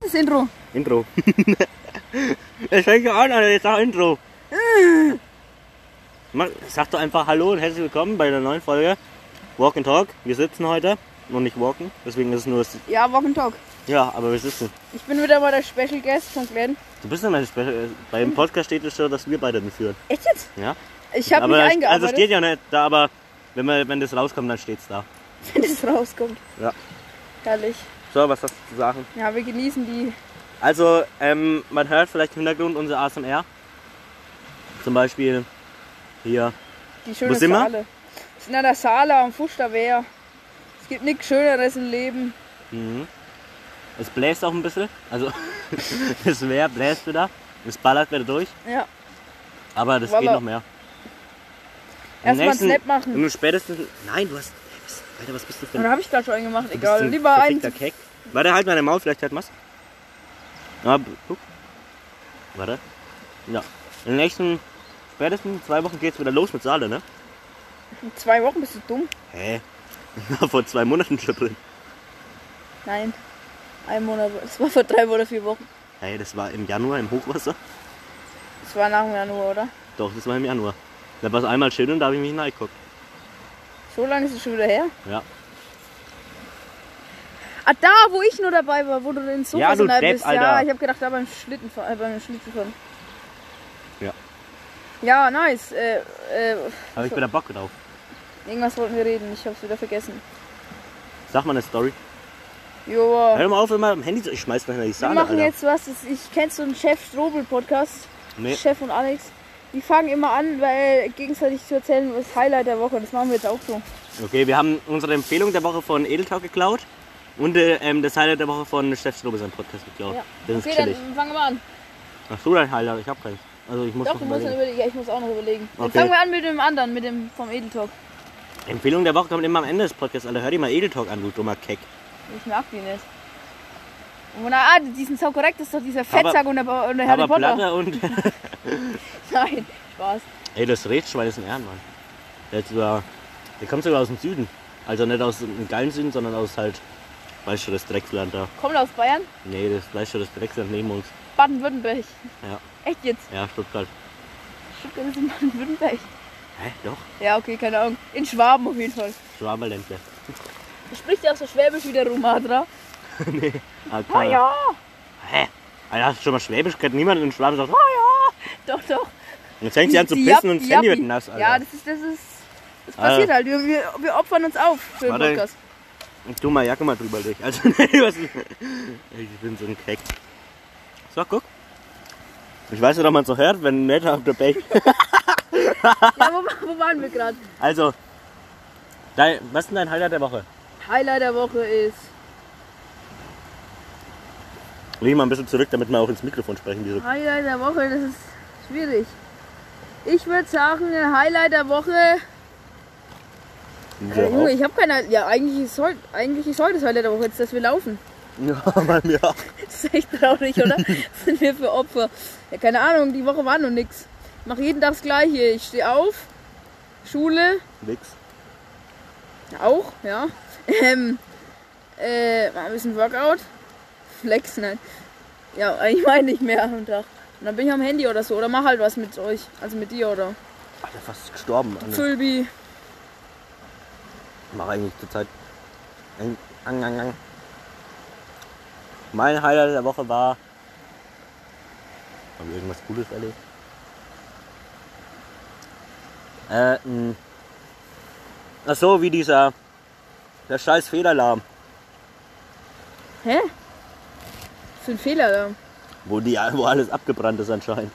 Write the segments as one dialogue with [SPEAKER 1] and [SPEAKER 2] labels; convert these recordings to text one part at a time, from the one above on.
[SPEAKER 1] Das Intro.
[SPEAKER 2] Intro. Es fängt ja an, Alter. Jetzt sag Intro. Mann, sag doch einfach Hallo und herzlich willkommen bei der neuen Folge Walk and Talk. Wir sitzen heute. Noch nicht walken, deswegen ist es nur. das-
[SPEAKER 1] Ja, Walk and Talk.
[SPEAKER 2] Ja, aber wir sitzen.
[SPEAKER 1] Ich bin wieder mal der Special Guest von Glenn.
[SPEAKER 2] Du bist ja mein Spe Beim Podcast steht es schon, dass wir beide den führen.
[SPEAKER 1] Echt jetzt?
[SPEAKER 2] Ja?
[SPEAKER 1] Ich habe
[SPEAKER 2] aber
[SPEAKER 1] mich
[SPEAKER 2] es-
[SPEAKER 1] eingearbeitet,
[SPEAKER 2] Also steht ja nicht da, aber wenn, wir, wenn das rauskommt, dann steht's da.
[SPEAKER 1] wenn es rauskommt.
[SPEAKER 2] Ja.
[SPEAKER 1] Herrlich.
[SPEAKER 2] So, was hast du zu sagen?
[SPEAKER 1] Ja, wir genießen die.
[SPEAKER 2] Also, ähm, man hört vielleicht im Hintergrund unser ASMR. Zum Beispiel hier.
[SPEAKER 1] Die schöne
[SPEAKER 2] Wo sind wir?
[SPEAKER 1] Saale. Wir sind an der Saale am Fusterwehr. Es gibt nichts Schöneres im Leben.
[SPEAKER 2] Mhm. Es bläst auch ein bisschen. Also, das Meer bläst wieder. Es ballert wieder durch.
[SPEAKER 1] Ja.
[SPEAKER 2] Aber das geht
[SPEAKER 1] Voila.
[SPEAKER 2] noch mehr. Im
[SPEAKER 1] Erstmal
[SPEAKER 2] nächsten-
[SPEAKER 1] Snap machen.
[SPEAKER 2] Im spätestens. Nein, du hast. was- Alter, was bist du für
[SPEAKER 1] Oder
[SPEAKER 2] ein.
[SPEAKER 1] habe ich gerade schon einen gemacht?
[SPEAKER 2] du bist
[SPEAKER 1] Egal.
[SPEAKER 2] ein
[SPEAKER 1] Lieber einen.
[SPEAKER 2] verfickter Keck. Warte, halt mal dein Maul, vielleicht hat was. Na, guck. Warte. Ja. In den nächsten. Spätestens zwei Wochen geht's wieder los mit Saale, ne?
[SPEAKER 1] In zwei Wochen bist du dumm.
[SPEAKER 2] Hä? Vor zwei Monaten schon drin.
[SPEAKER 1] Nein. Ein Monat. Es war vor drei oder vier Wochen.
[SPEAKER 2] Hey, das war im Januar im Hochwasser?
[SPEAKER 1] Es war nach dem Januar, oder?
[SPEAKER 2] Doch, das war im Januar. Da war es einmal schön und da habe ich mich hineingeguckt.
[SPEAKER 1] So lange ist es schon wieder her.
[SPEAKER 2] Ja.
[SPEAKER 1] Ah, da, wo ich nur dabei war, wo du den Sofa
[SPEAKER 2] Ja, du
[SPEAKER 1] so nah
[SPEAKER 2] Depp,
[SPEAKER 1] bist. Ja,
[SPEAKER 2] Alter.
[SPEAKER 1] ich habe gedacht, da beim Schlitten, äh, beim Schlittenfahren.
[SPEAKER 2] Ja.
[SPEAKER 1] Ja, nice. Äh, äh,
[SPEAKER 2] Habe ich wieder Bock drauf.
[SPEAKER 1] irgendwas wollten wir reden, ich hab's wieder vergessen.
[SPEAKER 2] Sag mal eine Story.
[SPEAKER 1] Joa.
[SPEAKER 2] Hör doch mal auf, immer am Handy zu. Ich schmeiß nachher die
[SPEAKER 1] Wir
[SPEAKER 2] Sahne,
[SPEAKER 1] machen
[SPEAKER 2] Alter.
[SPEAKER 1] jetzt was, das, ich kennst so einen Chef-Strobel-Podcast.
[SPEAKER 2] Nee.
[SPEAKER 1] Chef und Alex. Die fangen immer an, weil gegenseitig zu erzählen, was Highlight der Woche. Das machen wir jetzt auch so.
[SPEAKER 2] Okay, wir haben unsere Empfehlung der Woche von Edeltalk geklaut und äh, ähm, das Highlight der Woche von Chef Strobe sein Podcast geklaut.
[SPEAKER 1] Ja.
[SPEAKER 2] Das ist
[SPEAKER 1] Okay,
[SPEAKER 2] chillig.
[SPEAKER 1] dann fangen wir an.
[SPEAKER 2] Ach so, dein Highlight? Ich hab keins. Also ich muss
[SPEAKER 1] Doch,
[SPEAKER 2] noch
[SPEAKER 1] du musst noch
[SPEAKER 2] überlegen.
[SPEAKER 1] überlegen. Ja, ich muss auch noch überlegen. Dann
[SPEAKER 2] Okay.
[SPEAKER 1] fangen wir an mit dem anderen, mit dem vom Edeltalk.
[SPEAKER 2] Empfehlung der Woche kommt immer am Ende des Podcasts. Alter, hör dir mal Edeltalk an, du dummer Keck.
[SPEAKER 1] Ich mag die nicht. Und na, ah, diesen Sau korrekt ist doch dieser Fettsack und der, Ba- und der Harry
[SPEAKER 2] Aber
[SPEAKER 1] Potter.
[SPEAKER 2] Platte und...
[SPEAKER 1] Nein, Spaß.
[SPEAKER 2] Ey, das Rätschwein ist ein Ehrenmann. Der, ist sogar, der kommt sogar aus dem Süden. Also nicht aus dem geilen Süden, sondern aus halt, weißt du, das Drecksland da.
[SPEAKER 1] Kommt aus Bayern,
[SPEAKER 2] Nee, das weißt du, das Drecksland neben uns.
[SPEAKER 1] Baden-Württemberg.
[SPEAKER 2] Ja.
[SPEAKER 1] Echt jetzt?
[SPEAKER 2] Ja, Stuttgart.
[SPEAKER 1] Stuttgart ist in Baden-Württemberg.
[SPEAKER 2] Hä, doch?
[SPEAKER 1] Ja, okay, keine Ahnung. In Schwaben auf jeden Fall.
[SPEAKER 2] Schwaberländle.
[SPEAKER 1] Spricht ja auch so Schwäbisch wie der Romatra.
[SPEAKER 2] nee. Ah,
[SPEAKER 1] Ah
[SPEAKER 2] keine.
[SPEAKER 1] ja,
[SPEAKER 2] Hä? Alter, hast du schon mal Schwäbisch gehört? Niemand in Schwaben sagt, ah ja.
[SPEAKER 1] doch, doch.
[SPEAKER 2] Und Jetzt fängt sie an zu
[SPEAKER 1] Die Japp-
[SPEAKER 2] pissen und
[SPEAKER 1] die
[SPEAKER 2] das Handy
[SPEAKER 1] Jappi.
[SPEAKER 2] wird nass, Also, Alter.
[SPEAKER 1] Ja, das ist, das ist, das passiert
[SPEAKER 2] Alter.
[SPEAKER 1] halt. Wir, wir, wir opfern uns auf für den
[SPEAKER 2] Warte.
[SPEAKER 1] Podcast.
[SPEAKER 2] Ich tu mal Jacke mal drüber durch. Also, nee, was Ich bin so ein Keck. So, guck. Ich weiß nicht, ob man so hört, wenn nicht, habt ihr Pech.
[SPEAKER 1] Ja, wo, wo waren wir gerade?
[SPEAKER 2] Also, dein, was ist denn dein Highlight der Woche?
[SPEAKER 1] Highlight der Woche ist...
[SPEAKER 2] Leg mal ein bisschen zurück, damit wir auch ins Mikrofon sprechen. Diese
[SPEAKER 1] Highlight der Woche, das ist schwierig. Ich würde sagen, äh, Highlight der Woche.
[SPEAKER 2] diese
[SPEAKER 1] Äh, Junge,
[SPEAKER 2] auch.
[SPEAKER 1] ich habe keine. Ja, eigentlich ist, heute, eigentlich ist heute das Highlight der Woche, jetzt, dass wir laufen.
[SPEAKER 2] Ja, bei mir auch.
[SPEAKER 1] Das ist echt traurig, oder? Sind wir für Opfer? Ja, keine Ahnung, die Woche war noch nix. Ich mache jeden Tag das Gleiche. Ich stehe auf, Schule,
[SPEAKER 2] Nix.
[SPEAKER 1] auch, ja. Ähm, äh, mach ein bisschen Workout, Flex, nein. Ja, ich meine nicht mehr am Tag. Und dann bin ich am Handy oder so, oder mach halt was mit euch, also mit dir oder
[SPEAKER 2] Alter, fast gestorben. Alter.
[SPEAKER 1] Fülbi.
[SPEAKER 2] Ich mache eigentlich zurzeit. Ang, ang, ang, ang. Mein Highlight der Woche war. Haben wir irgendwas Cooles erlebt? Äh, mh. Ach so, wie dieser. Der scheiß Fehlalarm.
[SPEAKER 1] Hä? Für ein Fehler da.
[SPEAKER 2] Wo, die, wo alles abgebrannt ist anscheinend.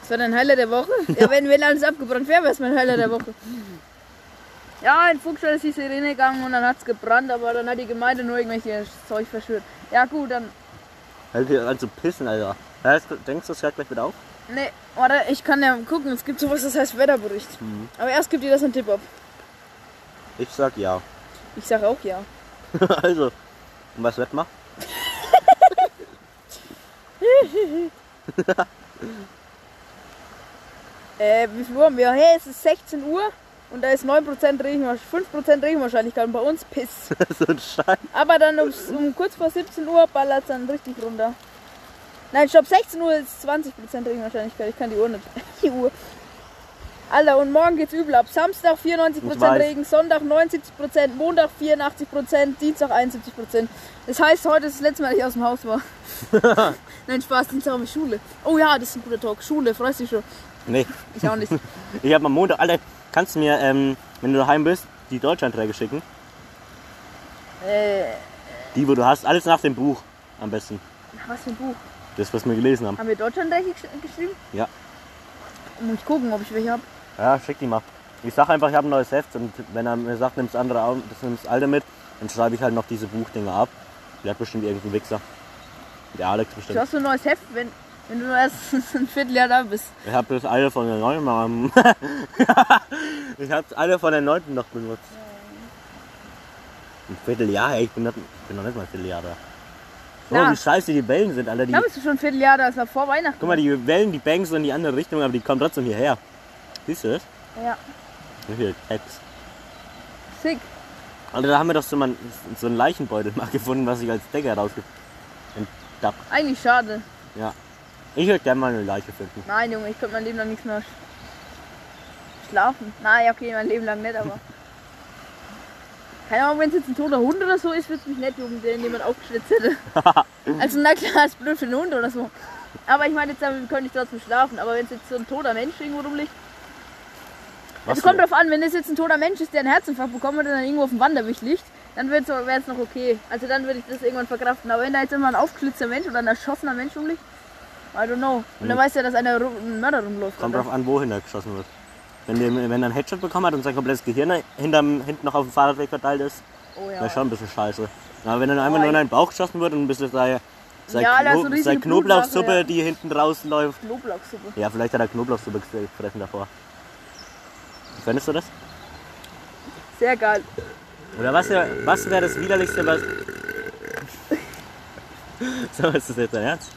[SPEAKER 1] Das war dein Highlight der Woche? Ja, wenn, wenn alles abgebrannt wäre, wäre es mein Highlight der Woche. Ja, in Fuchsal ist die Sirene gegangen und dann hat es gebrannt, aber dann hat die Gemeinde nur irgendwelche Zeug verschürt. Ja gut, dann.
[SPEAKER 2] Hält dir an zu pissen, Alter. Ja, das- Denkst du, es hört gleich wieder auf?
[SPEAKER 1] Ne, warte, ich kann ja gucken, es gibt sowas, das heißt Wetterbericht. Aber erst gibt ihr das einen Tipp ab.
[SPEAKER 2] Ich sag ja.
[SPEAKER 1] Ich sage auch ja.
[SPEAKER 2] also, und was wird man?
[SPEAKER 1] Äh, wie viel Uhr haben wir? Hey, es ist 16 Uhr Und da ist 9% Regenwahrscheinlichkeit, 5% Regenwahrscheinlichkeit und bei uns Piss.
[SPEAKER 2] so ein Scheiß.
[SPEAKER 1] Aber dann um, um kurz vor 17 Uhr ballert es dann richtig runter. Nein, stopp, 16 Uhr ist 20% Regenwahrscheinlichkeit. Ich kann die Uhr nicht. Die Uhr. Alter, und morgen geht's übel ab. Samstag
[SPEAKER 2] Ich weiß.
[SPEAKER 1] 94% Regen, Sonntag 79%, Montag 84%, Dienstag 71%. Das heißt, heute ist das letzte Mal, dass ich aus dem Haus war. Nein, Spaß, Dienstag habe ich Schule. Oh ja, das ist ein guter Talk. Schule, freust dich schon.
[SPEAKER 2] Nee,
[SPEAKER 1] Ich auch nicht.
[SPEAKER 2] ich hab am Montag, Alter, kannst du mir, ähm, wenn du daheim bist, die Deutschlandträge schicken?
[SPEAKER 1] äh,
[SPEAKER 2] Die, wo du hast, alles nach dem Buch am besten.
[SPEAKER 1] was für ein Buch.
[SPEAKER 2] Das, was wir gelesen haben.
[SPEAKER 1] Haben wir Deutschlandrechte gesch- geschrieben?
[SPEAKER 2] Ja.
[SPEAKER 1] Muss ich gucken, ob ich welche habe.
[SPEAKER 2] Ja, schick die mal. Ich sag einfach, ich habe ein neues Heft und wenn er mir sagt, nimm das andere auf, das nimmst das alte mit, dann schreibe ich halt noch diese Buchdinger ab. Die hat bestimmt irgendein Wichser. Der Alex
[SPEAKER 1] Du
[SPEAKER 2] bestimmt.
[SPEAKER 1] hast so ein neues Heft, wenn, wenn du erst ein Vierteljahr da bist.
[SPEAKER 2] Ich habe das alte von der neuen Mama. ich habe das alte von der neunten noch benutzt. Ein Vierteljahr, ey, ich bin, noch- ich bin noch nicht mal ein Vierteljahr da. Guck mal,
[SPEAKER 1] Na.
[SPEAKER 2] wie scheiße die Wellen sind, Alter. Die,
[SPEAKER 1] Da bist du schon ein Vierteljahr da, das war vor Weihnachten.
[SPEAKER 2] guck mal, die Wellen, die bangen so in die andere Richtung, aber die kommen trotzdem hierher. Siehst du das?
[SPEAKER 1] Ja,
[SPEAKER 2] Wie viele Tabs?
[SPEAKER 1] sick.
[SPEAKER 2] Alter, da haben wir doch so, mal, so einen Leichenbeutel mal gefunden, was ich als Decker rausgefunden habe.
[SPEAKER 1] Eigentlich schade.
[SPEAKER 2] Ja. Ich würde gerne mal eine Leiche finden.
[SPEAKER 1] Nein, Junge, ich könnte mein Leben lang nichts mehr sch- schlafen. Nein, okay, mein Leben lang nicht, aber. Keine Ahnung, wenn es jetzt ein toter Hund oder so ist, würde es mich nicht jucken, den jemand aufgeschlitzt hätte. Also, na klar, ist blöd für einen Hund oder so. Aber ich meine, jetzt damit könnte ich trotzdem schlafen. Aber wenn es jetzt so ein toter Mensch irgendwo rumliegt.
[SPEAKER 2] Was
[SPEAKER 1] Also kommt
[SPEAKER 2] für-
[SPEAKER 1] drauf an, wenn es jetzt ein toter Mensch ist, der einen Herzinfarkt bekommen hat und dann irgendwo auf dem Wanderweg liegt, dann wäre es noch okay. Also dann würde ich das irgendwann verkraften. Aber wenn da jetzt immer ein aufgeschlitzter Mensch oder ein erschossener Mensch rumliegt, I don't know. Und dann
[SPEAKER 2] Mhm.
[SPEAKER 1] weißt du ja, dass einer rum- ein Mörder rumläuft.
[SPEAKER 2] kommt
[SPEAKER 1] oder?
[SPEAKER 2] drauf an, wohin er geschossen wird. Wenn, der, wenn er einen Headshot bekommen hat und sein komplettes Gehirn hinterm, hinten noch auf dem Fahrradweg verteilt ist,
[SPEAKER 1] Oh ja.
[SPEAKER 2] wäre schon ein bisschen scheiße. Aber wenn er einfach nur
[SPEAKER 1] Ja,
[SPEAKER 2] in den Bauch geschossen wird und ein bisschen seine, seine,
[SPEAKER 1] Ja, da ist so
[SPEAKER 2] Kno
[SPEAKER 1] riesige
[SPEAKER 2] seine Knoblauchsuppe,
[SPEAKER 1] Blutlache, ja.
[SPEAKER 2] die hinten rausläuft.
[SPEAKER 1] Knoblauchsuppe.
[SPEAKER 2] Ja, vielleicht hat er Knoblauchsuppe gefressen davor. Fändest du das?
[SPEAKER 1] Sehr geil.
[SPEAKER 2] Oder was, wär- was wäre das widerlichste, was. so, ist das jetzt dein Ernst?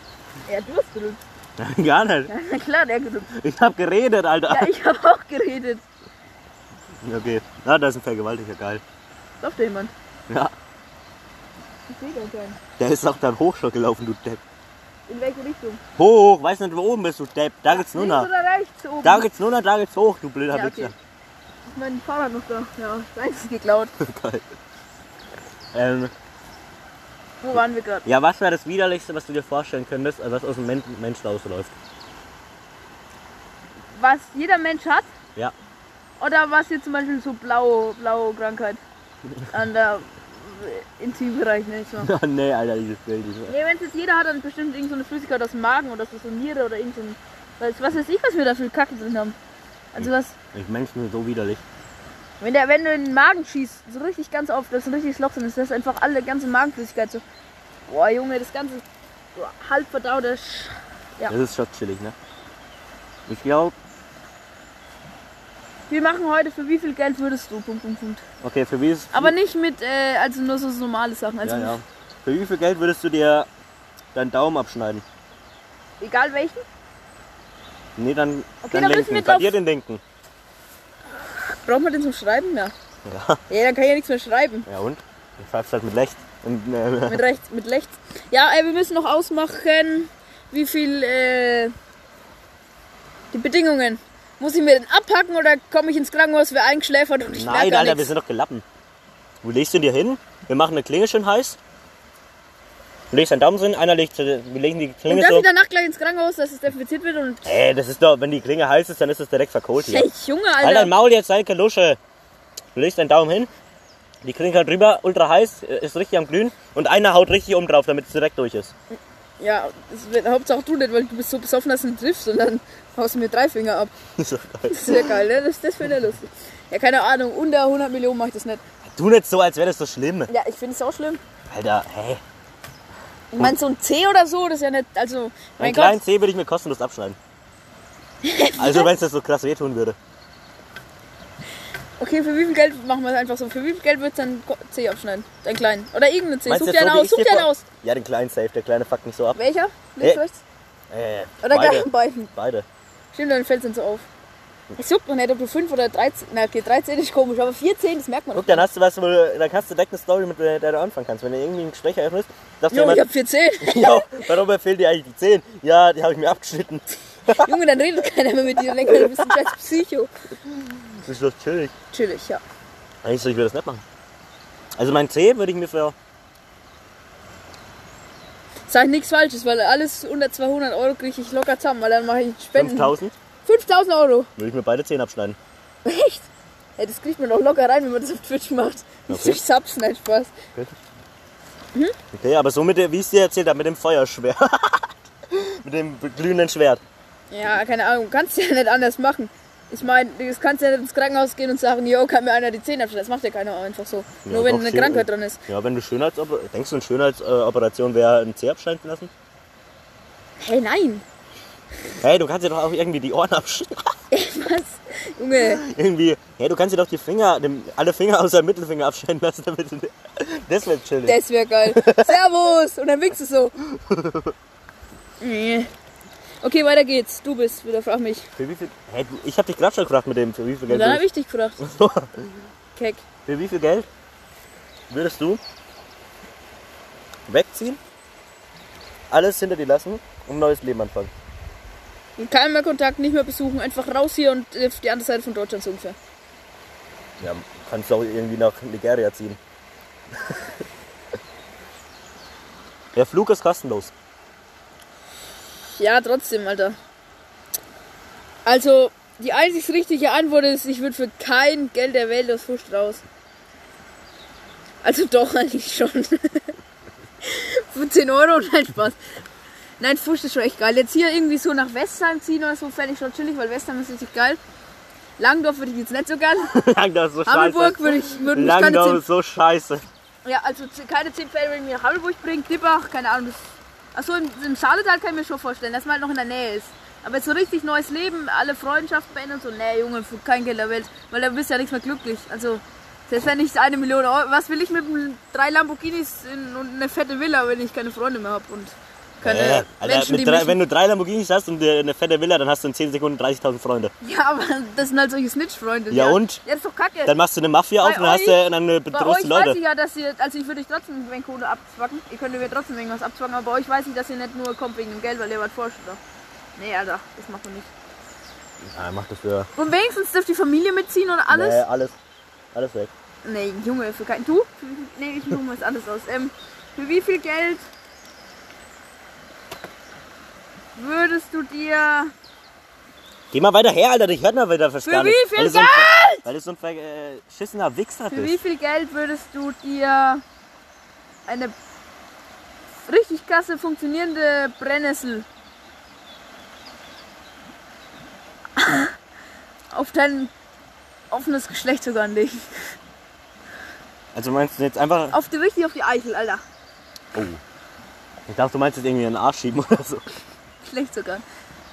[SPEAKER 1] Er hat Durst gerübt.
[SPEAKER 2] Nein, Gar nicht.
[SPEAKER 1] Na klar, der gerübt.
[SPEAKER 2] Ich hab geredet, Alter.
[SPEAKER 1] Ja, ich habe auch geredet.
[SPEAKER 2] Okay. Na, da ist ein Vergewaltiger, geil.
[SPEAKER 1] Läuft da jemand?
[SPEAKER 2] Ja,
[SPEAKER 1] Ich sehe gar keinen.
[SPEAKER 2] der ist auch dann hoch schon gelaufen, du Depp.
[SPEAKER 1] In welche Richtung?
[SPEAKER 2] Hoch, weiß nicht, wo oben bist, du Depp. Da geht's nur
[SPEAKER 1] Links
[SPEAKER 2] nach.
[SPEAKER 1] oder rechts? Oben.
[SPEAKER 2] Da geht's nur nach, da geht's hoch, du blöder
[SPEAKER 1] Ja, okay.
[SPEAKER 2] Wichser.
[SPEAKER 1] Ist mein Fahrrad noch da? Ja, deins ist geklaut.
[SPEAKER 2] geil. Ähm,
[SPEAKER 1] Wo waren wir gerade?
[SPEAKER 2] ja, was wäre das Widerlichste, was du dir vorstellen könntest, äh, was aus dem Men Mensch rausläuft?
[SPEAKER 1] Was jeder Mensch hat?
[SPEAKER 2] Ja.
[SPEAKER 1] Oder was hier zum Beispiel so blaue, blaue Krankheit an der äh, Intimbereich, ne? ich So.
[SPEAKER 2] Oh, nee, Alter, dieses Bild. dieses-
[SPEAKER 1] Nee, wenn es jetzt jeder hat, dann bestimmt irgend so eine Flüssigkeit aus dem Magen oder so, so Niere oder irgend so ein, was, was weiß ich, was wir da für Kacke drin haben. Also was,
[SPEAKER 2] Ich Menschen sind so widerlich.
[SPEAKER 1] wenn der, wenn du in den Magen schießt, so richtig ganz auf, das ist ein richtiges Loch drin, ist das einfach alle ganze Magenflüssigkeit so. Boah, Junge, das ganze boah, halb verdaute Sch Ja.
[SPEAKER 2] Das ist schon chillig, ne? Ich glaube,
[SPEAKER 1] Wir machen heute für wie viel Geld würdest du? Punkt, Punkt, Punkt.
[SPEAKER 2] okay, für wie ist
[SPEAKER 1] Aber nicht mit, äh, also nur so normale Sachen. Also
[SPEAKER 2] ja, ja. Für wie viel Geld würdest du dir deinen Daumen abschneiden?
[SPEAKER 1] egal welchen.
[SPEAKER 2] Nee, dann,
[SPEAKER 1] Okay,
[SPEAKER 2] dann
[SPEAKER 1] dann müssen
[SPEAKER 2] linken.
[SPEAKER 1] wir
[SPEAKER 2] Bei
[SPEAKER 1] drauf-
[SPEAKER 2] dir den linken.
[SPEAKER 1] Braucht man den zum Schreiben mehr?
[SPEAKER 2] Ja.
[SPEAKER 1] Ja, dann kann ich ja nichts mehr schreiben.
[SPEAKER 2] Ja und? Ich schreib's halt mit Lecht. Und, äh,
[SPEAKER 1] Mit rechts, mit rechts. Ja, ey, wir müssen noch ausmachen, wie viel, äh, die Bedingungen. Muss ich mir den abpacken oder komme ich ins Krankenhaus, wer eingeschläfert und ich merke
[SPEAKER 2] Nein,
[SPEAKER 1] gar
[SPEAKER 2] Alter, wir
[SPEAKER 1] nichts?
[SPEAKER 2] sind doch gelappen. Du legst ihn dir hin, wir machen eine Klinge schön heiß. Du legst deinen Daumen hin, einer legt, äh, wir legen die
[SPEAKER 1] Und
[SPEAKER 2] Klinge
[SPEAKER 1] darf
[SPEAKER 2] so.
[SPEAKER 1] ich danach gleich ins Krankenhaus, dass es desinfiziert wird und...
[SPEAKER 2] Ey, das ist doch, wenn die Klinge heiß ist, dann ist es direkt verkohlt hier.
[SPEAKER 1] Hey, Junge,
[SPEAKER 2] Alter,
[SPEAKER 1] Alter.
[SPEAKER 2] Maul jetzt, sei Lusche. Du legst deinen Daumen hin, die Klinge haut drüber, ultra heiß, äh, ist richtig am Glühen und einer haut richtig um drauf, damit es direkt durch ist.
[SPEAKER 1] Ja, das wird, Hauptsache du nicht, weil du bist so besoffen, dass du nicht triffst und dann haust du mir drei Finger ab.
[SPEAKER 2] Ist doch geil.
[SPEAKER 1] Das ist ja geil, ne? Das, das finde ich lustig. Ja, keine Ahnung, unter 100 Millionen mache ich das nicht.
[SPEAKER 2] Tu nicht so, als wäre das so schlimm.
[SPEAKER 1] Ja, ich finde es auch schlimm.
[SPEAKER 2] Alter, hey.
[SPEAKER 1] Ich meine, so ein C oder so, das ist ja nicht. Also,
[SPEAKER 2] Mein
[SPEAKER 1] mein
[SPEAKER 2] kleinen
[SPEAKER 1] Gott.
[SPEAKER 2] Zeh würde ich mir kostenlos abschneiden. Also wenn es das so krass wehtun würde.
[SPEAKER 1] Okay, für wie viel Geld machen wir es einfach so? Für wie viel Geld wird dann Ko- C abschneiden? Dein kleinen. Oder irgendeinen C.
[SPEAKER 2] Meinst
[SPEAKER 1] Such
[SPEAKER 2] du
[SPEAKER 1] dir
[SPEAKER 2] das
[SPEAKER 1] einen
[SPEAKER 2] so, wie
[SPEAKER 1] aus,
[SPEAKER 2] ich
[SPEAKER 1] such
[SPEAKER 2] dir
[SPEAKER 1] dir einen
[SPEAKER 2] vor-
[SPEAKER 1] aus.
[SPEAKER 2] Ja, den kleinen Safe, der kleine fuckt mich so ab.
[SPEAKER 1] Welcher? Links,
[SPEAKER 2] Äh,
[SPEAKER 1] rechts? Oder
[SPEAKER 2] beide.
[SPEAKER 1] gar beiden.
[SPEAKER 2] Beide.
[SPEAKER 1] Stimmt, dann fällt es dann so auf. Es juckt noch nicht, ob du 5 oder 13. Na, okay, 13 ist komisch, aber 14, das merkt man.
[SPEAKER 2] Guck, dann hast du was, wo du- dann hast du direkt eine Story, mit der der du anfangen kannst. Wenn du irgendwie ein Gespräch eröffnest, sagst du
[SPEAKER 1] Junge, ich
[SPEAKER 2] jemand,
[SPEAKER 1] hab 14.
[SPEAKER 2] ja, warum fehlen dir eigentlich die 10? Ja, die habe ich mir abgeschnitten.
[SPEAKER 1] Junge, dann redet keiner mehr mit dir. Dann denkt man, du bist ein scheiß Psycho.
[SPEAKER 2] Das ist doch chillig.
[SPEAKER 1] Chillig, ja.
[SPEAKER 2] Eigentlich so, ich würde das nicht machen. Also mein C würde ich mir für...
[SPEAKER 1] Sag nichts Falsches, weil alles unter 200 Euro kriege ich locker zusammen, weil dann mache ich Spenden.
[SPEAKER 2] 5000
[SPEAKER 1] 5000 Euro.
[SPEAKER 2] würde ich mir beide 10 abschneiden.
[SPEAKER 1] Echt? Ja, das kriegt man doch locker rein, wenn man das auf Twitch macht.
[SPEAKER 2] Okay.
[SPEAKER 1] Okay. Ich subs, nein, Spaß.
[SPEAKER 2] Okay, aber so mit der, wie ich es dir erzählt habe, mit dem Feuerschwert. mit dem glühenden Schwert.
[SPEAKER 1] Ja, keine Ahnung, kannst du ja nicht anders machen. Ich meine, das kannst du ja nicht ins Krankenhaus gehen und sagen, yo, kann mir einer die Zähne abschneiden. Das macht ja keiner einfach so.
[SPEAKER 2] Ja,
[SPEAKER 1] Nur wenn
[SPEAKER 2] doch,
[SPEAKER 1] eine
[SPEAKER 2] hier-
[SPEAKER 1] Krankheit dran ist.
[SPEAKER 2] Ja, wenn du Schönheitsoperation... Denkst du, eine Schönheitsoperation wäre ein C abschneiden lassen?
[SPEAKER 1] Hey, nein.
[SPEAKER 2] Hey, du kannst dir doch auch irgendwie die Ohren abschneiden.
[SPEAKER 1] Was? Junge,
[SPEAKER 2] irgendwie... Hey, du kannst dir doch die Finger, dem, alle Finger außer dem Mittelfinger abschneiden lassen, damit du... Das wäre chillig.
[SPEAKER 1] das wäre geil. Servus! Und dann winkst du so. Nee. Okay, weiter geht's. Du bist wieder, frag mich.
[SPEAKER 2] Für wie viel... Hey, du, ich habe dich gerade schon gefragt mit dem, für wie viel
[SPEAKER 1] Und
[SPEAKER 2] Geld...
[SPEAKER 1] dann
[SPEAKER 2] würdest-
[SPEAKER 1] habe ich dich gefragt. Keck.
[SPEAKER 2] Für wie viel Geld würdest du wegziehen, alles hinter dir lassen und ein neues Leben anfangen?
[SPEAKER 1] Und keinen mehr Kontakt, nicht mehr besuchen. Einfach raus hier und äh, auf die andere Seite von Deutschland so ungefähr.
[SPEAKER 2] Ja, kannst du auch irgendwie nach Nigeria ziehen. Der Flug ist kostenlos.
[SPEAKER 1] Ja, trotzdem, Alter. Also, die einzig richtige Antwort ist, ich würde für kein Geld der Welt aus Fusch raus. Also doch, eigentlich schon. für 10 Euro, nein, Spaß. Nein, Fusch ist schon echt geil. Jetzt hier irgendwie so nach Westheim ziehen oder so, fände ich schon chillig, weil Westheim ist richtig geil. Langdorf würde ich jetzt nicht so gern.
[SPEAKER 2] Langdorf ist so
[SPEAKER 1] Hamburg würde ich, würde mich keine
[SPEAKER 2] Langdorf
[SPEAKER 1] 10,
[SPEAKER 2] ist so scheiße.
[SPEAKER 1] ja, also z- keine 10 Pferde würden mir nach Hamburg bringen. Dippach, keine Ahnung. Achso, im, im Saaletal kann ich mir schon vorstellen, dass man halt noch in der Nähe ist. Aber jetzt so richtig neues Leben, alle Freundschaften beenden und so, nee, Junge, für kein Geld der Welt, weil da bist du ja nichts mehr glücklich. Also, selbst wenn ich eine Million Euro, was will ich mit dem- drei Lamborghinis in, und eine fette Villa, wenn ich keine Freunde mehr habe und keine
[SPEAKER 2] Äh, Alter,
[SPEAKER 1] Menschen, die
[SPEAKER 2] mit drei,
[SPEAKER 1] mich-
[SPEAKER 2] wenn du drei Lamborghinis hast und äh, eine fette Villa, dann hast du in 10 Sekunden 30.000 Freunde.
[SPEAKER 1] Ja, aber das sind halt solche Snitch-Freunde.
[SPEAKER 2] Ja, und?
[SPEAKER 1] Ja, das ist doch kacke.
[SPEAKER 2] Dann machst du eine Mafia auf
[SPEAKER 1] Bei
[SPEAKER 2] und dann, hast du,
[SPEAKER 1] euch-
[SPEAKER 2] und dann äh,
[SPEAKER 1] Bei
[SPEAKER 2] bedrohst
[SPEAKER 1] euch
[SPEAKER 2] du
[SPEAKER 1] weiß
[SPEAKER 2] Leute.
[SPEAKER 1] ich ja, dass ihr, also ich würde euch trotzdem ein wenig Kohle abzwacken. Ihr könntet mir trotzdem irgendwas abzwacken, aber bei euch weiß ich, dass ihr nicht nur kommt wegen dem Geld, weil ihr was vorstellt. Nee, Alter, das macht man nicht.
[SPEAKER 2] Ja, Ah, mach dafür.
[SPEAKER 1] Und wenigstens dürft die Familie mitziehen und alles.
[SPEAKER 2] Nee, alles. Alles weg.
[SPEAKER 1] Nee, Junge, für kein. Du? Für, wie- nee, ich suche mir was anderes aus. Ähm, für wie viel Geld würdest du dir.
[SPEAKER 2] Geh mal weiter her, Alter, ich werd mal wieder verstanden.
[SPEAKER 1] wie viel
[SPEAKER 2] weil du so ein, Geld? Weil du so ein verschissener Wichser
[SPEAKER 1] Für wie
[SPEAKER 2] bist.
[SPEAKER 1] viel Geld würdest du dir eine richtig klasse funktionierende Brennnessel auf dein offenes Geschlecht sogar anlegen?
[SPEAKER 2] Also meinst du jetzt einfach.
[SPEAKER 1] Auf die richtig auf die Eichel, Alter.
[SPEAKER 2] Oh. Ich dachte, du meinst jetzt irgendwie in den Arsch schieben oder so.
[SPEAKER 1] Geschlecht sogar.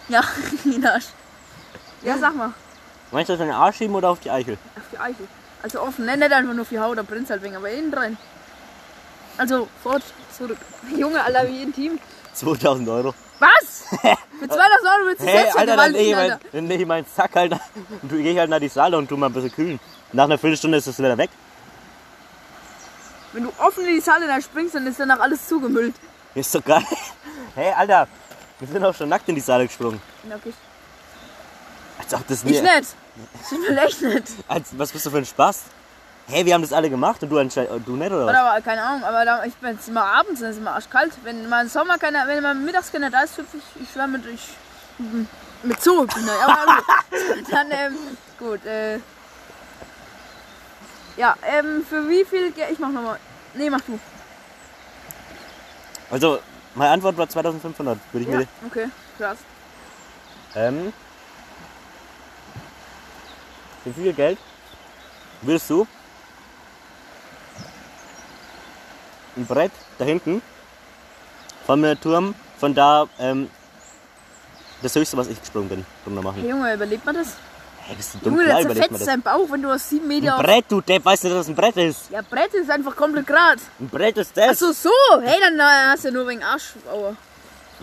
[SPEAKER 1] Ja, in den Arsch. Ja, sag mal,
[SPEAKER 2] Meinst du das in den Arsch schieben oder auf die Eichel?
[SPEAKER 1] auf die Eichel. Also offen, ne, nicht einfach nur auf die Haut, da brennt halt wegen, aber innen drin. Also fort, zurück. Junge, Alter, wie intim.
[SPEAKER 2] 2000 Euro.
[SPEAKER 1] Was? Für 2000 Euro willst du
[SPEAKER 2] Hey,
[SPEAKER 1] selbst
[SPEAKER 2] Alter, dann leg ich,
[SPEAKER 1] vergewaltigen,
[SPEAKER 2] mein,
[SPEAKER 1] Alter.
[SPEAKER 2] dann leg ich meinen Sack halt. Und du geh ich halt nach die Saale und tu mal ein bisschen kühlen. Nach einer Viertelstunde ist das wieder weg.
[SPEAKER 1] Wenn du offen in die Saale da springst, dann ist danach alles zugemüllt.
[SPEAKER 2] Ist doch geil. Hey, Alter, wir sind auch schon nackt in die Saale gesprungen.
[SPEAKER 1] Na, Okay.
[SPEAKER 2] Als ob das
[SPEAKER 1] Ich
[SPEAKER 2] nicht.
[SPEAKER 1] nicht. Ich bin echt nicht.
[SPEAKER 2] Als, was bist du für ein Spaß? Hey, wir haben das alle gemacht und du anscheinend. Du nicht, oder was?
[SPEAKER 1] Oder aber, keine Ahnung, aber da, ich bin jetzt immer abends, dann ist immer arschkalt. Wenn mal im Sommer keiner, wenn mal mittags keiner da ist, hüpfe ich, ich schwör mit, ich, mit so. hüpfen, ne? Aber gut. dann, ähm, gut, äh. Ja, ähm, für wie viel Geld, ich mach nochmal. Nee, mach du.
[SPEAKER 2] Also, meine Antwort war 2500, würde ich
[SPEAKER 1] Ja,
[SPEAKER 2] mir.
[SPEAKER 1] okay, krass.
[SPEAKER 2] Ähm. Für wie viel Geld würdest du ein Brett da hinten vom äh, Turm, von da ähm, das höchste, was ich gesprungen bin, drunter machen?
[SPEAKER 1] Hey Junge, überlebt man das?
[SPEAKER 2] Hey, bist du dumm?
[SPEAKER 1] Junge,
[SPEAKER 2] Klar,
[SPEAKER 1] der
[SPEAKER 2] überleg mal
[SPEAKER 1] Uh, zerfetzt
[SPEAKER 2] das.
[SPEAKER 1] seinen Bauch, wenn du aus sieben Meter
[SPEAKER 2] Ein
[SPEAKER 1] auf
[SPEAKER 2] Brett, du Depp, weißt du, dass das ein Brett ist?
[SPEAKER 1] Ja, Brett ist einfach komplett grad.
[SPEAKER 2] Ein Brett ist das?
[SPEAKER 1] Achso, so. Hey, dann äh, hast du ja nur wegen Arsch. Aua.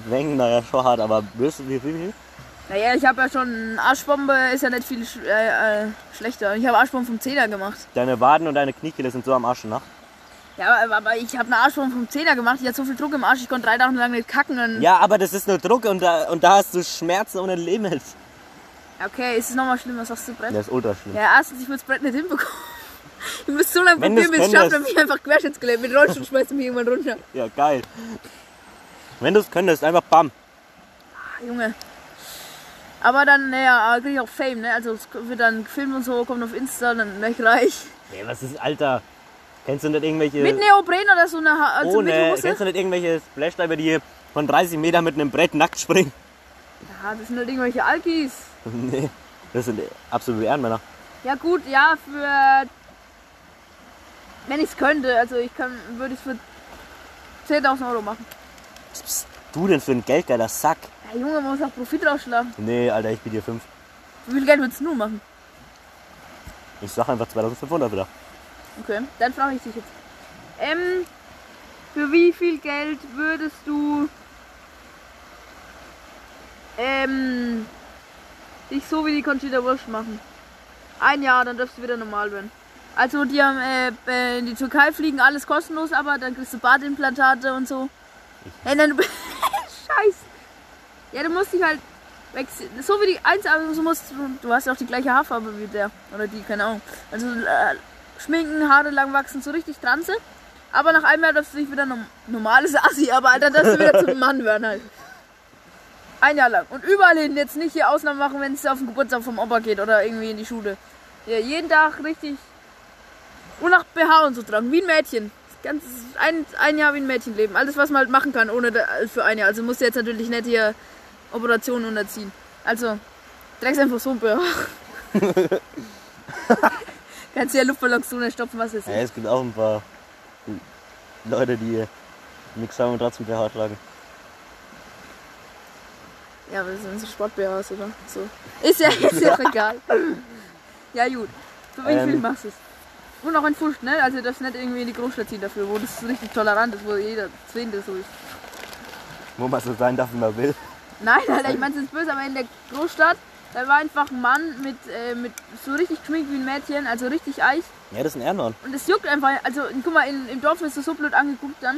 [SPEAKER 2] Wenn, naja, schon hart, aber würdest du wie viel?
[SPEAKER 1] Naja, ich habe ja schon Arschbombe, ist ja nicht viel sch äh, äh, schlechter. Ich habe Arschbombe vom Zehner gemacht.
[SPEAKER 2] Deine Waden und deine Kniekehle sind so am Arsch nach.
[SPEAKER 1] Ja, aber, aber ich habe eine Arschbombe vom Zehner gemacht. Ich hatte so viel Druck im Arsch, ich konnte drei Tage lang nicht kacken. Und
[SPEAKER 2] Ja, aber das ist nur Druck und da, und da hast du Schmerzen ohne Limit.
[SPEAKER 1] Okay, ist es nochmal schlimm, was sagst du, Brett?
[SPEAKER 2] Das ist ultra schlimm.
[SPEAKER 1] Ja, erstens, ich würde das Brett nicht hinbekommen. Ich müsste so lange
[SPEAKER 2] Wenn
[SPEAKER 1] probieren,
[SPEAKER 2] das-
[SPEAKER 1] bis ich
[SPEAKER 2] wenn
[SPEAKER 1] schaffe,
[SPEAKER 2] das-
[SPEAKER 1] dann bin ich einfach querschnittsgelähmt. Mit Rollstuhl schmeißt er mich irgendwann runter.
[SPEAKER 2] Ja, geil. Wenn du es könntest, einfach bam.
[SPEAKER 1] Ah, Junge. Aber dann, naja, kriege ich auch Fame, ne? Also es wird dann gefilmt und so, kommt auf Insta, dann wäre ich reich.
[SPEAKER 2] Nee, was ist, Alter? Kennst du nicht irgendwelche.
[SPEAKER 1] Mit Neopren oder so eine ha also mit
[SPEAKER 2] ohne.
[SPEAKER 1] Hose?
[SPEAKER 2] Kennst du nicht irgendwelche Splashdiver, die von 30 Metern mit einem Brett nackt springen?
[SPEAKER 1] Ja, das sind halt irgendwelche Alkis.
[SPEAKER 2] nee, das sind absolute Ehrenmänner.
[SPEAKER 1] Ja gut, ja, für... Wenn ich es könnte, also ich kann, würde ich für 10.000 Euro machen.
[SPEAKER 2] Was bist du denn für ein geldgeiler Sack?
[SPEAKER 1] Ja, Junge, man muss auch Profit rausschlagen.
[SPEAKER 2] Nee, Alter, ich biete dir 5.
[SPEAKER 1] Wie viel Geld würdest du nur machen?
[SPEAKER 2] Ich sag einfach 2500 wieder.
[SPEAKER 1] Okay, dann frage ich dich jetzt. Ähm, für wie viel Geld würdest du ähm, dich so wie die Conchita Wurst machen? Ein Jahr, dann darfst du wieder normal werden. Also die haben äh, äh, in die Türkei fliegen, alles kostenlos, aber dann kriegst du Bartimplantate und so. Hey, nein, du bist- Scheiße. Ja, du musst dich halt wechseln. So wie die 1, aber du musst, du hast ja auch die gleiche Haarfarbe wie der. Oder die, keine Ahnung. Also äh, schminken, Haare lang wachsen, so richtig Transe. Aber nach einem Jahr darfst du dich wieder norm normales Assi, aber Alter, darfst du wieder zum Mann werden halt. Ein Jahr lang. Und überall hin, jetzt nicht hier Ausnahmen machen, wenn es auf den Geburtstag vom Opa geht oder irgendwie in die Schule. Ja, jeden Tag richtig. Und nach BH und so tragen, wie ein Mädchen. Das ganze, ein, ein Jahr wie ein Mädchen leben. Alles, was man halt machen kann, ohne da, für ein Jahr. Also musst du jetzt natürlich nicht hier Operationen unterziehen. Also, trägst einfach so ein BH. Kannst du ja Luftballons drunter stopfen, was ist.
[SPEAKER 2] Ja, es gibt auch ein paar Leute, die nichts haben und trotzdem BH tragen.
[SPEAKER 1] Ja, aber das sind so Sport-BHs, oder? So. Ist ja, ist ja auch egal. Ja, gut. Für wie viel
[SPEAKER 2] Ähm.
[SPEAKER 1] machst du es? Und auch in Furcht, ne? Also, das nicht irgendwie in die Großstadt ziehen dafür, wo das richtig tolerant ist, wo jeder Zehnte so ist.
[SPEAKER 2] Wo man so sein darf, wie man will.
[SPEAKER 1] Nein, Alter, ich meine, es ist böse, aber in der Großstadt, da war einfach ein Mann mit, äh, mit so richtig geschminkt wie ein Mädchen, also richtig eich.
[SPEAKER 2] Ja, das ist ein Ehrenmann.
[SPEAKER 1] Und es juckt einfach, also, guck mal, in, im Dorf wirst du so blöd angeguckt dann.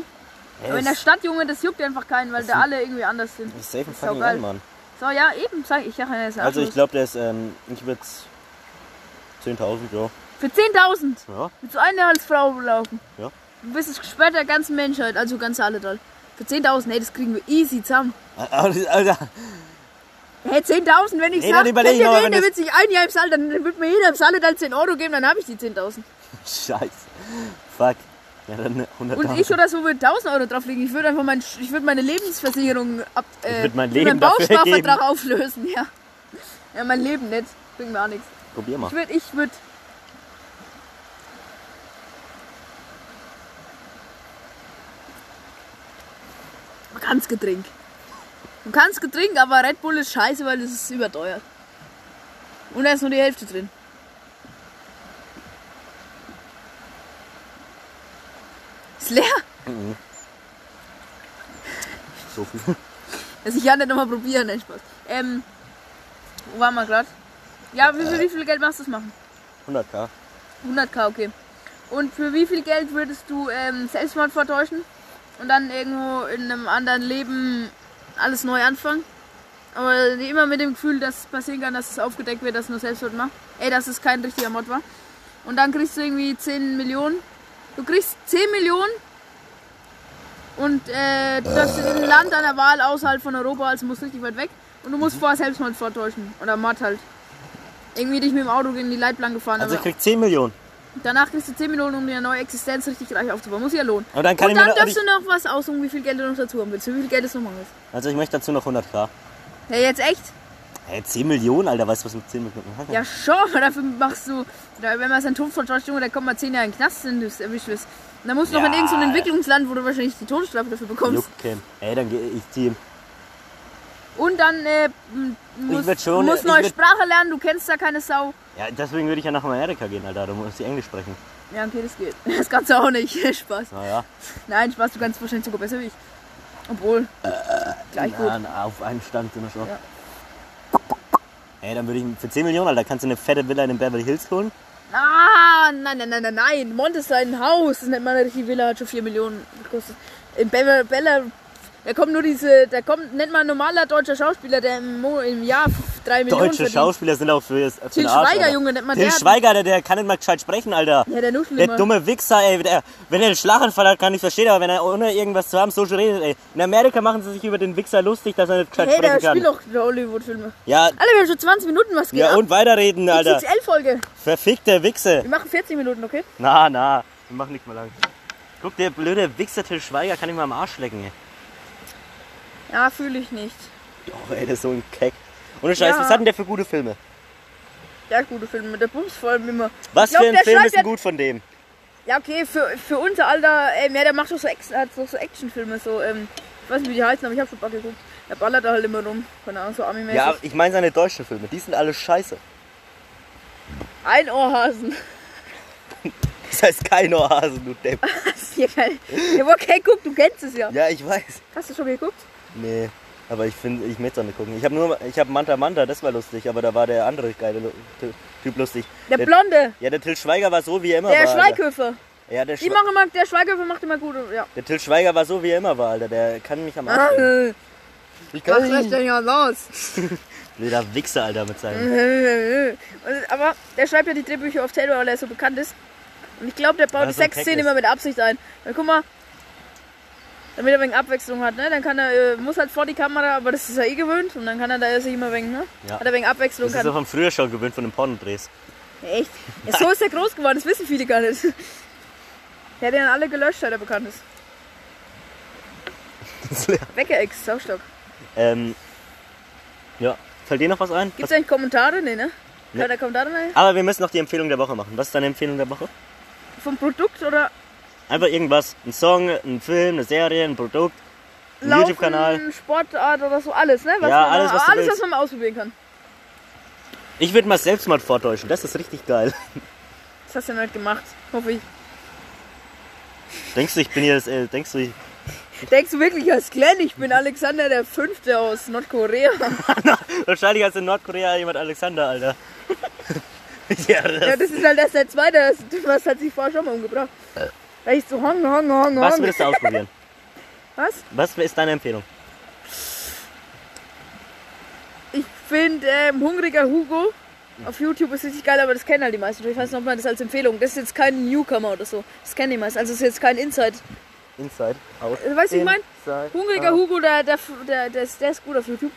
[SPEAKER 2] Ja,
[SPEAKER 1] Aber in der
[SPEAKER 2] das
[SPEAKER 1] Stadt, Junge, das juckt einfach keinen, weil
[SPEAKER 2] Das
[SPEAKER 1] da
[SPEAKER 2] ist-
[SPEAKER 1] alle irgendwie anders sind.
[SPEAKER 2] ist safe ein
[SPEAKER 1] Sau
[SPEAKER 2] fucking
[SPEAKER 1] geil.
[SPEAKER 2] Ehrenmann.
[SPEAKER 1] So, ja, eben, sag ich, ja, er ist ein
[SPEAKER 2] Also ich
[SPEAKER 1] Arschloch.
[SPEAKER 2] glaube, der ist, ähm, ich würde 10.000, ja.
[SPEAKER 1] Für 10.000!
[SPEAKER 2] Ja,
[SPEAKER 1] Mit so einer als Frau laufen.
[SPEAKER 2] Ja.
[SPEAKER 1] Du bist das Gesperr der ganzen Menschheit, also ganz alle da. Für 10.000, hey, das kriegen wir easy zusammen.
[SPEAKER 2] Alter, Ah, Alter,
[SPEAKER 1] Hey, 10.000, wenn ich
[SPEAKER 2] Nee,
[SPEAKER 1] sag,
[SPEAKER 2] dann überleg
[SPEAKER 1] kennt ihr
[SPEAKER 2] mal,
[SPEAKER 1] den,
[SPEAKER 2] wenn
[SPEAKER 1] der
[SPEAKER 2] das-
[SPEAKER 1] wird sich ein Jahr im Saal, dann wird mir jeder im Saal dann 10 Euro geben, dann habe ich die 10.000.
[SPEAKER 2] scheiße. Fuck. Ja, dann ne, 100
[SPEAKER 1] Und ich oder so würde 1.000 Euro drauflegen. Ich würde einfach mein, ich würde meine Lebensversicherung ab, äh,
[SPEAKER 2] Ich würd mein
[SPEAKER 1] und
[SPEAKER 2] Leben
[SPEAKER 1] meinen
[SPEAKER 2] dafür
[SPEAKER 1] Bausparvertrag auflösen, ja. Ja, mein Leben nicht. Bringt mir auch nichts.
[SPEAKER 2] Probier mal.
[SPEAKER 1] Ich würde, ich würde. Man kann's Getränk. Man kann's Getränk, aber Red Bull ist scheiße, weil es ist überteuert. Und da ist nur die Hälfte drin. Ist leer.
[SPEAKER 2] So viel.
[SPEAKER 1] Also ich kann nicht nochmal probieren, nein, Spaß. Ähm, wo waren wir gerade? Ja, wie viel, wie viel Geld machst du das machen?
[SPEAKER 2] 100k.
[SPEAKER 1] 100k, okay. Und für wie viel Geld würdest du ähm, Selbstmord vertäuschen und dann irgendwo in einem anderen Leben alles neu anfangen? Aber immer mit dem Gefühl, dass es passieren kann, dass es aufgedeckt wird, dass es nur Selbstmord macht. Ey, dass es kein richtiger Mord war. Und dann kriegst du irgendwie 10 Millionen. Du kriegst 10 Millionen und äh, du darfst in einem Land deiner Wahl außerhalb von Europa, also musst richtig weit weg. Und du
[SPEAKER 2] Mhm.
[SPEAKER 1] musst vorher Selbstmord vortäuschen. Oder Mord halt. Irgendwie dich mit dem Auto gegen die Leitplanke fahren.
[SPEAKER 2] Also ich
[SPEAKER 1] aber-
[SPEAKER 2] krieg 10 Millionen.
[SPEAKER 1] Danach kriegst du 10 Millionen, um dir eine neue Existenz richtig reich aufzubauen. Muss ja lohnen.
[SPEAKER 2] Und dann kann
[SPEAKER 1] und
[SPEAKER 2] ich mir
[SPEAKER 1] dann
[SPEAKER 2] noch-
[SPEAKER 1] darfst du noch was aussuchen, wie viel Geld du noch dazu haben willst. Wie viel Geld ist nochmal was?
[SPEAKER 2] Also ich möchte dazu noch 100k.
[SPEAKER 1] Ja, jetzt echt?
[SPEAKER 2] Hey, 10 Millionen, Alter, weißt du, was mit 10 Millionen hat?
[SPEAKER 1] Ja, schon, aber dafür machst du. Da, wenn man seinen Tod vertäuscht, Junge, da kommt mal 10 Jahre in den Knast, wenn du es erwischt wirst. Und dann musst du noch
[SPEAKER 2] Ja.
[SPEAKER 1] in irgendein Entwicklungsland, wo du wahrscheinlich die Todesstrafe dafür bekommst.
[SPEAKER 2] Juckt keinen. Ey, dann geh ich zieh.
[SPEAKER 1] Und dann äh, m- musst
[SPEAKER 2] würd schon-
[SPEAKER 1] musst
[SPEAKER 2] ich
[SPEAKER 1] neue
[SPEAKER 2] würd-
[SPEAKER 1] Sprache lernen, du kennst da keine Sau.
[SPEAKER 2] Ja, deswegen würde ich ja nach Amerika gehen, Alter. Du musst die Englisch sprechen.
[SPEAKER 1] Ja, okay, das geht. Das kannst du auch nicht. Spaß.
[SPEAKER 2] Naja.
[SPEAKER 1] Nein, Spaß, du kannst wahrscheinlich sogar
[SPEAKER 2] Äh,
[SPEAKER 1] besser wie ich. Obwohl. gleich gut.
[SPEAKER 2] Na, na, auf einen Stand sind wir schon.
[SPEAKER 1] Ja.
[SPEAKER 2] Ey, dann würde ich für 10 Millionen, Alter, kannst du eine fette Villa in den Beverly Hills holen?
[SPEAKER 1] Ah, nein, nein, nein, nein, nein. Mont ist ein Haus. Das nennt man eine richtige Villa, hat schon 4 Millionen gekostet. In Bella, Bella da kommen nur diese, da kommt, nennt man ein normaler deutscher Schauspieler, der im, Mo, im Jahr 3 Millionen
[SPEAKER 2] Deutsche Schauspieler sind auch für, für
[SPEAKER 1] Til
[SPEAKER 2] den Arsch,
[SPEAKER 1] Schweiger,
[SPEAKER 2] Alter.
[SPEAKER 1] Junge, nennt man
[SPEAKER 2] Til
[SPEAKER 1] der.
[SPEAKER 2] Schweiger, der, der kann nicht mal gescheit sprechen, Alter.
[SPEAKER 1] Ja, der Nuschel
[SPEAKER 2] Der
[SPEAKER 1] immer.
[SPEAKER 2] dumme Wichser, ey. Der, wenn er einen Schlaganfall hat, kann ich verstehen, aber wenn er ohne irgendwas zu haben so schon redet, ey. In Amerika machen sie sich über den Wichser lustig, dass er nicht gescheit
[SPEAKER 1] Hey, der
[SPEAKER 2] sprechen kann.
[SPEAKER 1] spielt doch Hollywood-Filme.
[SPEAKER 2] Ja,
[SPEAKER 1] Alter, wir haben schon 20 Minuten was
[SPEAKER 2] ja,
[SPEAKER 1] geht
[SPEAKER 2] und weiterreden,
[SPEAKER 1] ab?
[SPEAKER 2] Alter.
[SPEAKER 1] XXL-Folge.
[SPEAKER 2] Verfickter Wichser.
[SPEAKER 1] Wir machen 40 Minuten, okay?
[SPEAKER 2] Na, na, wir machen nicht mehr lang. Guck, der blöde Wichser Til Schweiger kann ich mal am Arsch lecken, ey.
[SPEAKER 1] Ja, fühle ich nicht.
[SPEAKER 2] Oh, ey, das ist so ein Keck. Ohne Scheiß,
[SPEAKER 1] Ja.
[SPEAKER 2] was hat denn der für gute Filme?
[SPEAKER 1] Ja, gute Filme. mit Der Bums vor allem immer.
[SPEAKER 2] Was
[SPEAKER 1] Ich glaub,
[SPEAKER 2] für ein
[SPEAKER 1] der
[SPEAKER 2] Film
[SPEAKER 1] schreibt
[SPEAKER 2] ist denn
[SPEAKER 1] ja-
[SPEAKER 2] gut von dem?
[SPEAKER 1] Ja, okay, für, für unser Alter, ähm, ja, der macht doch so, Ex hat so, so Actionfilme, so, ähm, ich weiß nicht, wie die heißen, aber ich habe schon ein paar geguckt. Der ballert da halt immer rum, keine Ahnung, so Army-mäßig.
[SPEAKER 2] Ja, ich meine seine deutschen Filme, die sind alle scheiße.
[SPEAKER 1] Ein Ohrhasen.
[SPEAKER 2] Das heißt kein Ohrhasen, du Depp.
[SPEAKER 1] Das ist hier geil. Ja, aber okay, guck, du kennst es ja.
[SPEAKER 2] Ja, ich weiß.
[SPEAKER 1] Hast du schon geguckt?
[SPEAKER 2] Nee, aber ich finde, ich möchte auch nicht gucken. Ich habe nur, ich habe Manta Manta, das war lustig, aber da war der andere geile Lu- Ty- Typ lustig.
[SPEAKER 1] Der Blonde,
[SPEAKER 2] Ja, der Till Schweiger war so, wie er immer
[SPEAKER 1] der
[SPEAKER 2] war. Alter.
[SPEAKER 1] Schweighöfer.
[SPEAKER 2] Ja, der,
[SPEAKER 1] Die
[SPEAKER 2] Schwe
[SPEAKER 1] machen immer, der Schweighöfer macht immer gut, ja.
[SPEAKER 2] der Till Schweiger war so, wie er immer war, Alter. Der kann mich am
[SPEAKER 1] Ah,
[SPEAKER 2] Arsch. lecken.
[SPEAKER 1] äh,
[SPEAKER 2] Ich
[SPEAKER 1] Was
[SPEAKER 2] kann
[SPEAKER 1] reicht
[SPEAKER 2] nicht.
[SPEAKER 1] denn ja Mhm. los?
[SPEAKER 2] Blöder Wichser, Alter, mit seinem.
[SPEAKER 1] Und- Äh, Aber der schreibt ja die Drehbücher auf Taylor, weil er so bekannt ist. Und ich glaube, der baut
[SPEAKER 2] Ja,
[SPEAKER 1] die
[SPEAKER 2] so ein
[SPEAKER 1] sechs Szenen
[SPEAKER 2] Packnis.
[SPEAKER 1] immer mit Absicht ein. Dann guck mal, damit er wegen Abwechslung hat, ne? Dann kann er, äh, muss halt vor die Kamera, aber das ist er eh gewöhnt. Und dann kann er da sich immer wegen, ne?
[SPEAKER 2] Ja.
[SPEAKER 1] Hat er wegen Abwechslung
[SPEAKER 2] Das ist
[SPEAKER 1] kann.
[SPEAKER 2] so von früher schon gewöhnt, von den Pornodrehs.
[SPEAKER 1] Echt? Ja, so ist er groß geworden, das wissen viele gar nicht. Der hat ja dann alle gelöscht, seit er bekannt ist. Wecker-Ex, Saufstock.
[SPEAKER 2] ähm, ja, fällt dir noch was ein?
[SPEAKER 1] Gibt's eigentlich Kommentare? Nee, ne?
[SPEAKER 2] Nee.
[SPEAKER 1] Keine Kommentare mehr?
[SPEAKER 2] Aber wir müssen noch die Empfehlung der Woche machen. Was ist deine Empfehlung der Woche?
[SPEAKER 1] Vom Produkt oder
[SPEAKER 2] Einfach irgendwas. Ein Song, ein Film, eine Serie, ein Produkt, ein
[SPEAKER 1] Laufen,
[SPEAKER 2] YouTube-Kanal.
[SPEAKER 1] Sportart oder so, alles, ne?
[SPEAKER 2] Ja,
[SPEAKER 1] man
[SPEAKER 2] alles,
[SPEAKER 1] mal,
[SPEAKER 2] was du
[SPEAKER 1] alles, was
[SPEAKER 2] willst.
[SPEAKER 1] man mal ausprobieren kann.
[SPEAKER 2] Ich würde mal Selbstmord vortäuschen. Das ist richtig geil.
[SPEAKER 1] Das hast du ja nicht gemacht, hoffe ich.
[SPEAKER 2] Denkst du, ich bin hier das, äh, denkst du, ich,
[SPEAKER 1] Denkst du wirklich als Glenn, ich bin Alexander der Fünfte aus Nordkorea?
[SPEAKER 2] wahrscheinlich als in Nordkorea jemand Alexander, Alter. ja, das,
[SPEAKER 1] ja, das ist halt erst der Zweite, das, was hat sich vorher schon mal umgebracht. Weil ich so hong, hong, hong,
[SPEAKER 2] Äh. was
[SPEAKER 1] hong.
[SPEAKER 2] würdest du ausprobieren?
[SPEAKER 1] Was?
[SPEAKER 2] Was ist deine Empfehlung?
[SPEAKER 1] Ich finde ähm, Hungriger Hugo auf YouTube ist richtig geil, aber das kennen halt die meisten. Ich weiß noch mal, das als Empfehlung. Das ist jetzt kein Newcomer oder so. Das kennen die meisten. Also das ist jetzt kein Insight.
[SPEAKER 2] Inside, out.
[SPEAKER 1] Äh, Weißt du, wie ich mein? Hungriger
[SPEAKER 2] Ah.
[SPEAKER 1] Hugo, der, der, der, der, ist, der ist gut auf YouTube.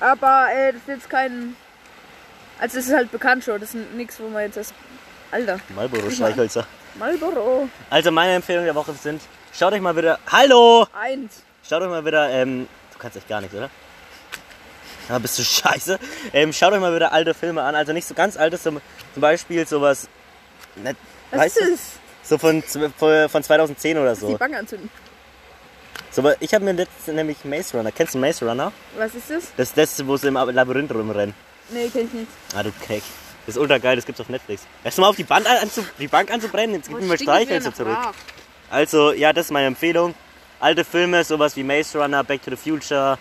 [SPEAKER 1] Aber äh, das ist jetzt kein. Also, das ist halt bekannt schon. Das ist nichts, wo man jetzt das. Alter,
[SPEAKER 2] Marlboro Schleichhölzer.
[SPEAKER 1] Marlboro
[SPEAKER 2] Also meine Empfehlung der Woche sind, schaut euch mal wieder, hallo!
[SPEAKER 1] 1.
[SPEAKER 2] Schaut euch mal wieder, ähm, du kannst echt gar nichts, oder? Ah, bist du scheiße. Ähm, schaut euch mal wieder alte Filme an. Also nicht so ganz alte, zum, zum Beispiel sowas, ne,
[SPEAKER 1] Was
[SPEAKER 2] weißt
[SPEAKER 1] ist
[SPEAKER 2] du,
[SPEAKER 1] das?
[SPEAKER 2] so von, zw- von 2010 oder
[SPEAKER 1] Die
[SPEAKER 2] so.
[SPEAKER 1] Bank anzünden.
[SPEAKER 2] so aber ich habe mir letztens nämlich Maze Runner, kennst du Maze Runner?
[SPEAKER 1] Was ist das?
[SPEAKER 2] Das ist das, wo sie im Labyrinth rumrennen.
[SPEAKER 1] Nee, kenn ich nicht.
[SPEAKER 2] Ah, du Keck. Das ist ultra geil, das gibt's auf Netflix. Erst mal auf die, Band an, anzu, die Bank anzubrennen, jetzt gibt mir mal Streichhölzer zurück. Also, ja, das ist meine Empfehlung. Alte Filme, sowas wie Maze Runner, Back to the Future,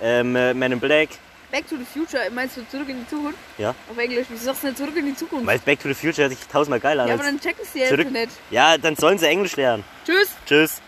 [SPEAKER 2] ähm, äh, Man in Black.
[SPEAKER 1] Back to the Future, meinst du zurück in die Zukunft?
[SPEAKER 2] Ja.
[SPEAKER 1] Auf Englisch, wieso sagst du nicht zurück in die Zukunft?
[SPEAKER 2] Weil Back to the Future hört sich tausendmal geil an.
[SPEAKER 1] ja,
[SPEAKER 2] als-
[SPEAKER 1] aber dann checken sie die
[SPEAKER 2] zurück-
[SPEAKER 1] Hälfte nicht.
[SPEAKER 2] ja, dann sollen sie Englisch lernen.
[SPEAKER 1] Tschüss!
[SPEAKER 2] Tschüss.